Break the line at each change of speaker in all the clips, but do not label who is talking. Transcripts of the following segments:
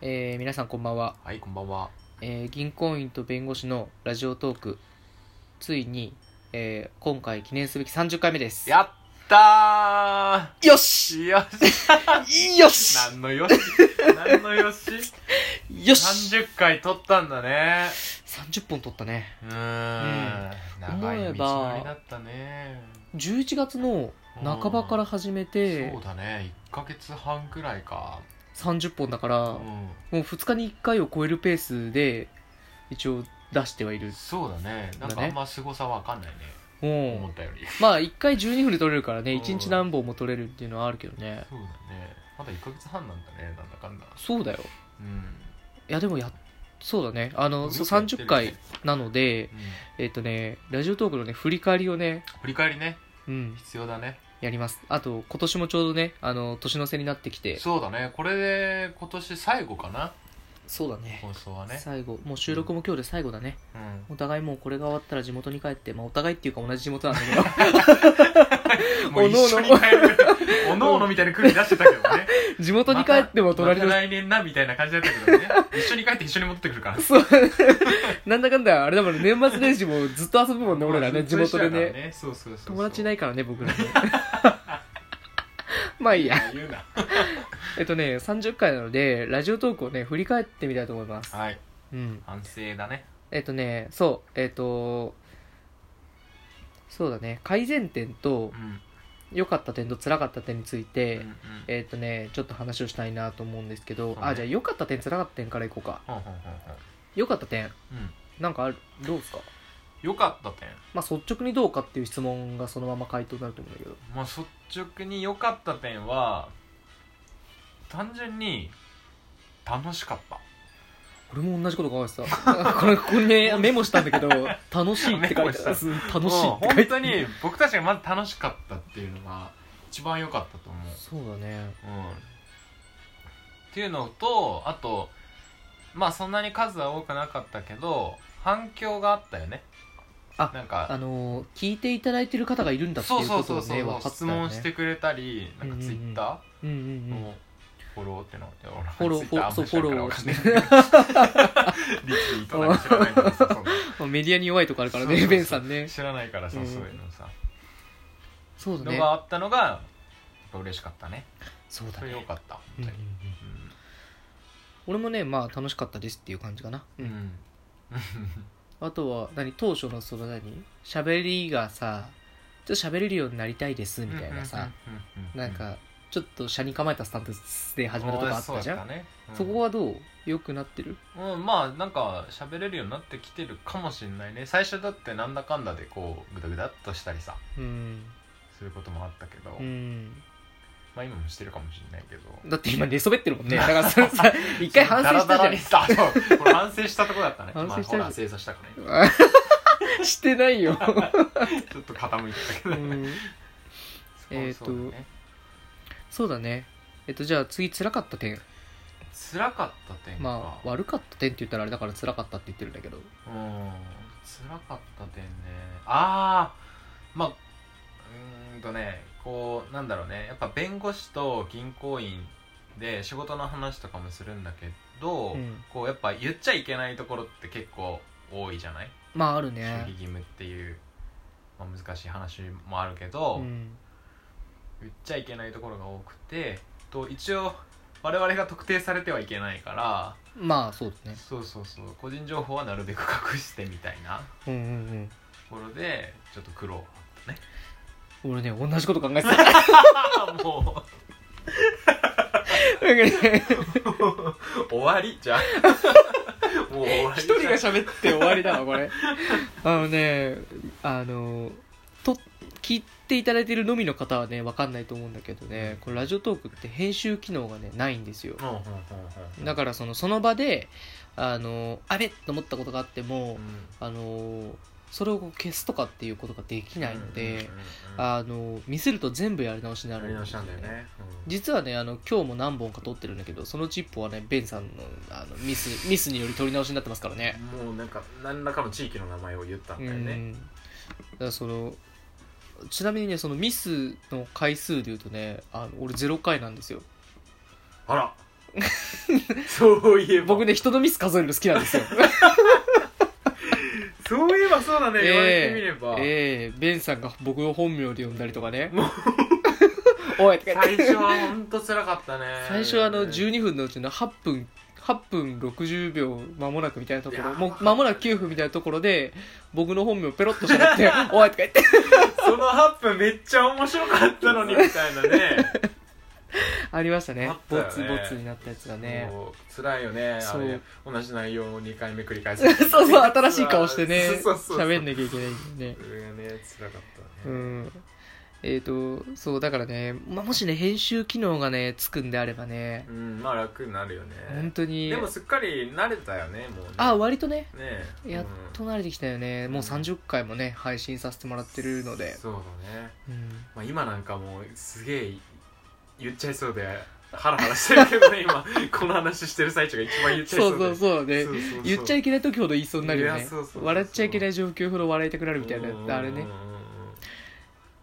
えー皆さんこんばんは、
はい、こんばんは。
えー銀行員と弁護士のラジオトークついに、えー今回記念すべき30回目です
やった
よし
ーよし
よし
何のよし何のよし
よし
?30 回撮ったんだね。
30本撮ったね
うーん。長い道のりだったね。
11月の半ばから始めて
そうだね、1ヶ月半くらいか。
30本だか
う
らも
ん。
う2日に1回を超えるペースで一応出してはいる
そうだね。なん
だ
か
ね
あんま凄さわかんないね。
う
思
ん
ったより。
まあ1回12分で撮れるからね
うん
1日何本も撮れるっていうのはあるけどね
そうだね。まだ1ヶ月半なんだね、なんだかんだ。
そうだよ
うん。
いやでもやそうだねあの
よく
そう
やってるね
30回なので
うん
えっ、とねラジオトークのね振り返りをね
振り返りね、
うん
必要だね。
やりますあと今年もちょうどねあの年の瀬になってきて
そうだね、これで今年最後かな、
そうだね
放送はね。
最後もう収録も今日で最後だね、
うん。
お互いもうこれが終わったら地元に帰ってまあお互いっていうか同じ地元なんだけど
もう一緒に帰る。おのおのみたいな空気出してたけど ね。
地元に帰っても隣
ま
の
た来年な、みたいな感じだった けどね。一緒に帰って一緒に戻ってくるから。
そうなんだかんだあれだもんね年末年始もずっと遊ぶもんね俺らね地
そう
元でね。
そうそうそう。。
友達いないいからね僕らね まあいいや
言うな。
えっとね30回なのでラジオトークをね振り返ってみたいと思います
はい。
うん
反省だね。
えっとねそうえっとそうだね改善点と
うん。
良かった点と辛かった点について、
うんうん
えっとねちょっと話をしたいなと思うんですけど、
そうね
あじゃあ良かった点辛かった点からいこうか
ほんほんほんほん
良かった点
うん。
なんかあるどうですか
よかった点。
まあ率直にどうかっていう質問がそのまま回答になると思うんだけど
まあ率直に良かった点は、単純に楽しかった。
俺も同じこと考えて たこれここにねメモしたんだけど楽しいって書
メ
い
モ
て
し
ある
た
楽しい
もう
って書いてあ
本当
る
に僕たちがまず楽しかったっていうのが一番良かったと思う。
そうだね
うんっていうのとあとまあそんなに数は多くなかったけど反響があったよね
あ
なん
あ
か
のー聞いていただいてる方がいるんだって
そう
いう
そ
こ
う
と
そ
を
うそう、
ね分かったよね
質問してくれたりなん
うんうん
か
うん
ツイッタ
うんうん
ー
うん
のフォローっての
フォロー
ツイッタ
そう
あんまり
フォロー
知らんからわかんないリツイートなんか知らないからさそんな
まあメディアに弱いとこあるから
そうそう
ね
そう
ベンさんね
知らないからさ、
うん
そういうのさ
そうだ
の
ね
があったのがやっぱ嬉しかったね
そうだ
そ
ね
れ良かった本
う
当
ん
に
うんうん俺もねまあ楽しかったですっていう感じかな、
うん、
うんあとは何当初のその何喋りがさちょっと喋れるようになりたいですみたいなさ、
うんうんうん
なんかちょっと車に構えたスタンスで始めたとこあったじゃん
あ
そ,、
ーそうだったねうん
こはどう良くなってる
うん、まあなんか喋れるようになってきてるかもしんないね最初だってなんだかんだでこうグダグダっとしたりさ
うん、
することもあったけど、
うん、
まあ今もしてるかもしんないけど
だって今寝そべってるもんねだからそれ さ一回反省した
ダラ
じ
ダ
ゃ
ラにさそうこれ反省したとこだったね
反省した
まあ、ほら正座したから今
んしてないよ、
ちょっと傾いてたけ
う
ど、
ん、
そう
えーと
そうだね
そうだねえっとじゃあ次辛かった点
辛かった点か、
まあ悪かった点って言ったらあれだから辛かったって言ってるんだけど
うん辛かった点ねああまあうーんとねこうなんだろうねやっぱ弁護士と銀行員で仕事の話とかもするんだけど、
うん
こうやっぱ言っちゃいけないところって結構多いじゃない
まあある
守秘
ね
義務っていう、まあ、難しい話もあるけど、
うん
言っちゃいけないところが多くてと一応我々が特定されてはいけないから、
まあそうだね
そうそうそう個人情報はなるべく隠してみたいな
うんうん
ところでちょっと苦労あっ
うん俺ね同じこと考えて たなんか
たね も
ね
う終わりじ ゃあもう終わり
一人が喋って終わりだわこ れあのねあのと聞いていただいてるのみの方はね分かんないと思うんだけどねこれラジオトークって編集機能がねないんですよ
うんうんうんうん
だからそのその場であのあれと思ったことがあっても
う、ん
あのそれをこう消すとかっていうことができないので、
うんうんうん
あの見せると全部やり直しにな
や
る
り直したんだよねうん
実はねあの今日も何本か撮ってるんだけどそのうち1本はねベンさんのあのミスミスにより撮り直しになってますからね
もうなんか何らかの地域の名前を言ったんだよ
う
ね
んだからそのちなみにねそのミスの回数でいうとねあの俺0回なんですよ
あらそういえば
僕ね人のミス数えるの好きなん ですよ
そういえばそうだね、言われてみれ ば、
ええベンさんが僕を本名で呼んだりとかね おいとか言って
最初は本当辛かったね
最初あの
10
12分のうちの8分8分60秒間もなくみたいなとこ
いや
ろ
ー
もう間もなく9分みたいなところで僕の本名をペロッとしゃべ って「おい!」とか言って
その8分めっちゃ面白かったのにみたいなね
ありましたね
あった
ボ
よね
ツボツになったやつがね
もう辛いよねあ
そう
れ同じ内容を2回目繰り返す
そうそう新しい顔してね
そうそうそう
喋んなきゃいけないんでね
それがね辛かった
う
ね、
んえっ、とそうだからね、まあ、もしね編集機能がねつくんであればね
うん、まあ楽になるよ
本
ね
当に
でもすっかり慣れたよねもうね
あ割とね
ねえ
やっと慣れてきたよね、もう30回もね配信させてもらってるの
うん
で、
そうだね、
うん、
まあ、今なんかもうすげえ言っちゃいそうでハラハラしてるけ どね今この話してる最中が一番言っちゃい
そ
そう
う
で
そうそうね
そうそうそう
言っちゃいけない時ほど言いそうになるよ
い
ね
やそうそうそう
笑っちゃいけない状況ほど笑いたくなるみたいな
うんうんうん
あれね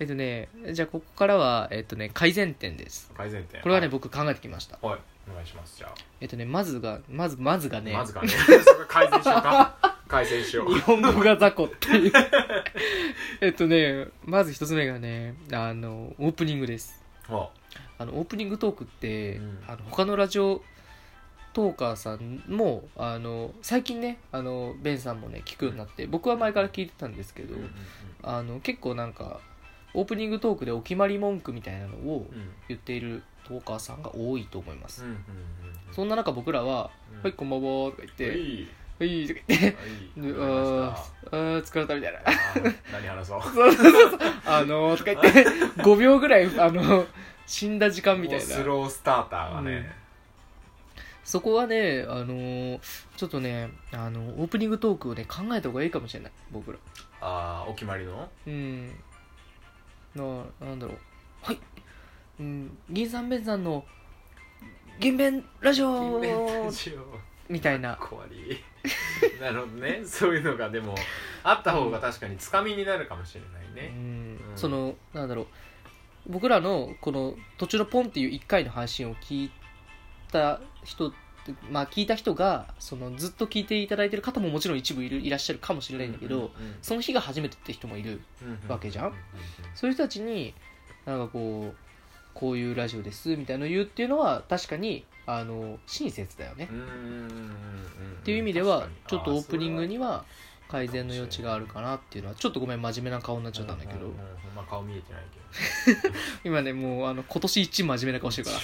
えっとねじゃあここからはえっとね改善点です
改善点
これはね僕考えてきました
はいはいお願いしますじゃ
えっとねまずがまずまずが
あ、
ね
まずかねそれ改善しよ うか改善しよう
日本語が雑魚っていう えっとねまず一つ目がねあのオープニングです
は
あのオープニングトークって、
うん
あの他のラジオトーカーさんもあの最近ねあのベンさんもね聞くようになって僕は前から聞いてたんですけ
う
ど、
んうんうん
あの結構なんかオープニングトークでお決まり文句みたいなのを
うん
言っているトーカーさんが多いと思います、
うんうんうん
そんな中僕らは「
うん
はいこんばんは」とか言っ
う
て
い
「はい」とか言 って「
う
で
い
あー
わか
あー疲れた」み たいな
りましたあー何話そう
そうそうそう「あのー」とか言 って5秒ぐらいあの死んだ時間みた
もう
い
ス
な
ロースターターがね、
そこはねあのーちょっとねあのオープニングトークをね考えた方がいいかもしれない僕ら
ああお決まりの
うんななんだろうはい、うん、銀三弁さんの銀弁ラジ オみたいな
終わりなるほどねそういうのがでもあった方が確かにつかみになるかもしれな
う
いね、
ん
うん
そのなんだろう僕らのこの途中のポンっていう1回の配信を聞いた人まあ聞いた人がそのずっと聞いていただいてる方ももちろん一部いるいらっしゃるかもしれないんだけど、その日が初めてって人もいるわけじゃんそういう人たちになんかこうこういうラジオですみたいなのを言うっていうのは確かにあの親切だよね、
っ
っていう意味ではちょっとオープニングには改善の余地があるかなっていうのはちょっとごめん真面目な顔になっちゃったんだけど、
まあ顔見えてない
今ねもうあの今年一真面目な顔して
け
る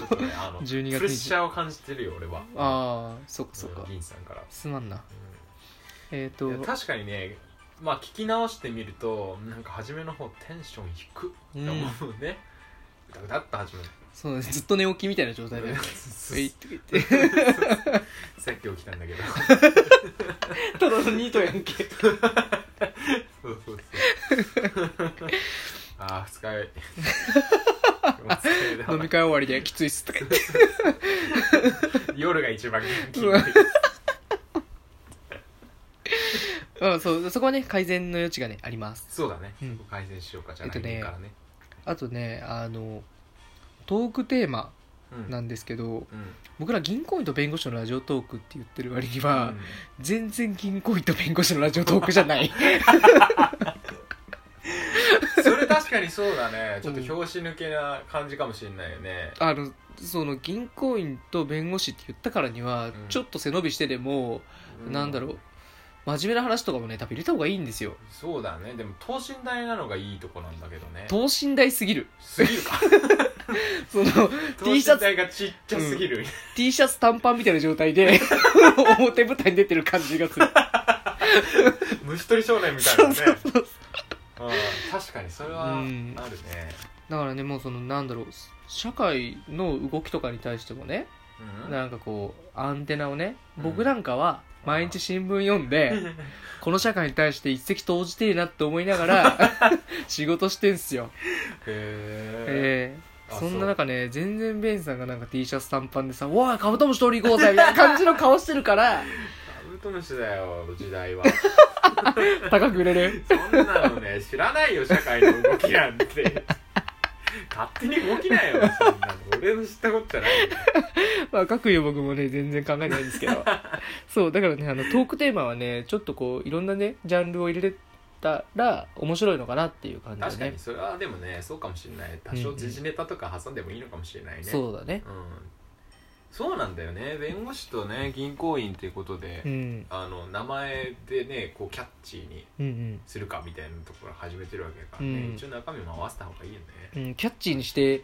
か
ど
ら
ちょっとね あのプレ
12月
ッシャーを感じてるよ俺は
ああそっかそっ
う
か
ん銀さんから、
すまんな
うん
えっ、
いや
と
確かにねまあ聞き直してみるとなんか初めの方テンション低っって思うね、うだった初め
そうねずっと寝起きみたいな状 態で「 えい」って言って
さっき起きたんだけど
ただのニ ートやんけ
そう そうそうああ二日酔いお疲れ
飲み
様
会終わりできついっすとか言って
夜が一番元 気
うわうんそうそこはね改善の余地がねあります
そうだね、
うん
改善しようかじゃ
えっ
な
と
い
ね
からね,、
あとねあのトークテーマ
うん
なんですけど、
うん
僕ら銀行員と弁護士のラジオトークって言ってる割には、全然銀行員と弁護士のラジオトークじゃない
うんそれ確かにそうだねちょっと拍子抜けな感じかもしれないよね、
あのその銀行員と弁護士って言ったからには、
ん
ちょっと背伸びしてでも、
う
なんだろう真面目な話とかもね多分入れた方がいいんですよ
そうだねでも等身大なのがいいとこなんだけどね
等身大すぎる
すぎるか
その
等
T
身
シャツ
大がちっちゃすぎる、
T シャツ短パンみたいな状態で 表舞台に出てる感じがする
虫取り少年みたいな ね
そうそうそう
うん確かにそれはあ
う
る
ん
ね
だからねもうそのなんだろう社会の動きとかに対してもね
うん
なんかこうアンテナをね
うん
僕なんかは毎日新聞読んで、 この社会に対して一石投じてえなって思いなが ら仕事してんすよ、
へえ
ええ
あ
そんな
そう
中ね全然ベンさんがなんか T シャツ短パンでさ「おいカブトムシ取り行こうぜ」みたいな感じの顔してるから
カブトムシだよ時代は
高く売れる
そんなの ね 知らないよ社会の動きなんて勝手に動きなよそんなの俺の知ったことじゃない
まあ、かくいう僕もね全然考えてないんですけ どそうだからねあのトークテーマはねちょっとこういろんなねジャンルを入れれたら面白いのかなっていう感じだね
確かにそれはでもねそうかもしれない多少時事ネタとか挟んでもいいのかもしれないね、
そうだね
うん、そうなんだよね弁護士とね銀行員っていうことで、
うん
あの名前でねこうキャッチーに
うん
するかみたいなところから始めてるわけだからね、
うん
一応中身も合わせた方がいいよね
うん、うん、キャッチーにして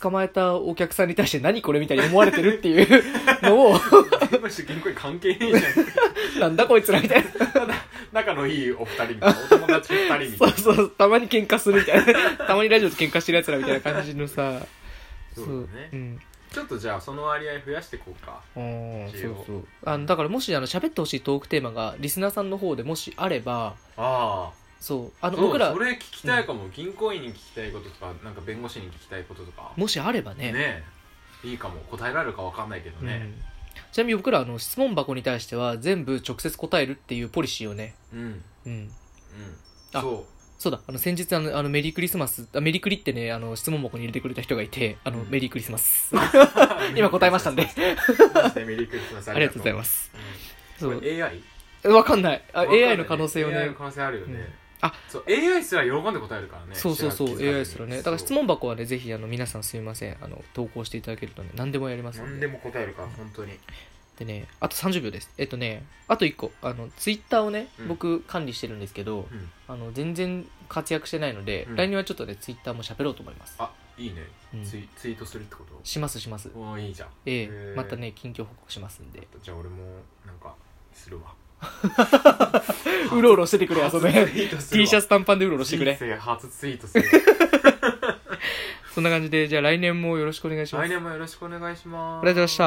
捕まえたお客さんに対して何これみたいに思われてるっていう のを
弁護士と銀行員関係ねえじゃん
なんだこいつらみたいな
仲のいいお二人みたいなお友達二人みた
そ
いうな
そうたまに喧嘩するみたい なたまにラジオで喧嘩してるやつらみたいな感じのさ
そうだね
うん
ちょっとじゃあその割合増やしていこうか
あー
一応
そうそうあのだからもしあの喋ってほしいトークテーマがリスナーさんの方でもしあれば
あ
そう
あ
あの
そう
僕ら
それ聞きたいかも、銀行員に聞きたいこととかなんか弁護士に聞きたいこととか
もしあればね
ねいいかも答えられるかわかんないけど
うん
ね
ちなみに僕らあの質問箱に対しては全部直接答えるっていうポリシーをね、
うんう
う
ん
ん、あ
そ
そうだあの先日あのあのメリークリスマスあメリクリってねあの質問箱に入れてくれた人がいてあの
うん
メリークリスマ ス
う
今答えましたんで
メリークリスマス
ありがとうございますそ
そうう AI?
わかんないあ
わかんない
AI の可能性を
AI の
ね
可能性あるよね、
うんあ
そう AI すら喜んで答えるからね
そうそうそう
知
AI
らん気づかずに
するねだから質問箱はねぜひあの皆さんすみませんあの投稿していただけるとね何でもやります
そ
の
う
で
何でも答えるから本当に
でねあと30秒ですえっとねあと1個あのツイッターをね、
うん
僕管理してるんですけど、
うん
あの全然活躍してないので、
うん
来年はちょっとねツイッターも喋ろうと思います、
あいいね
うん
ツイツイートするってこと
しますします
おーいいじゃん
ええ
へえ
またね近況報告しますんで
じゃあ俺もなんかするわ
うろうろしててくれ あそ
初ツイ
こね
ートする
T シャ
ツ
ツ短パンでうろうろしてくれ
人生初ツイート する
そんな感じでじゃあ来年もよろしくお願いし
わ
ます
来年もよろしくお願いし
ありがとう
ます
ございました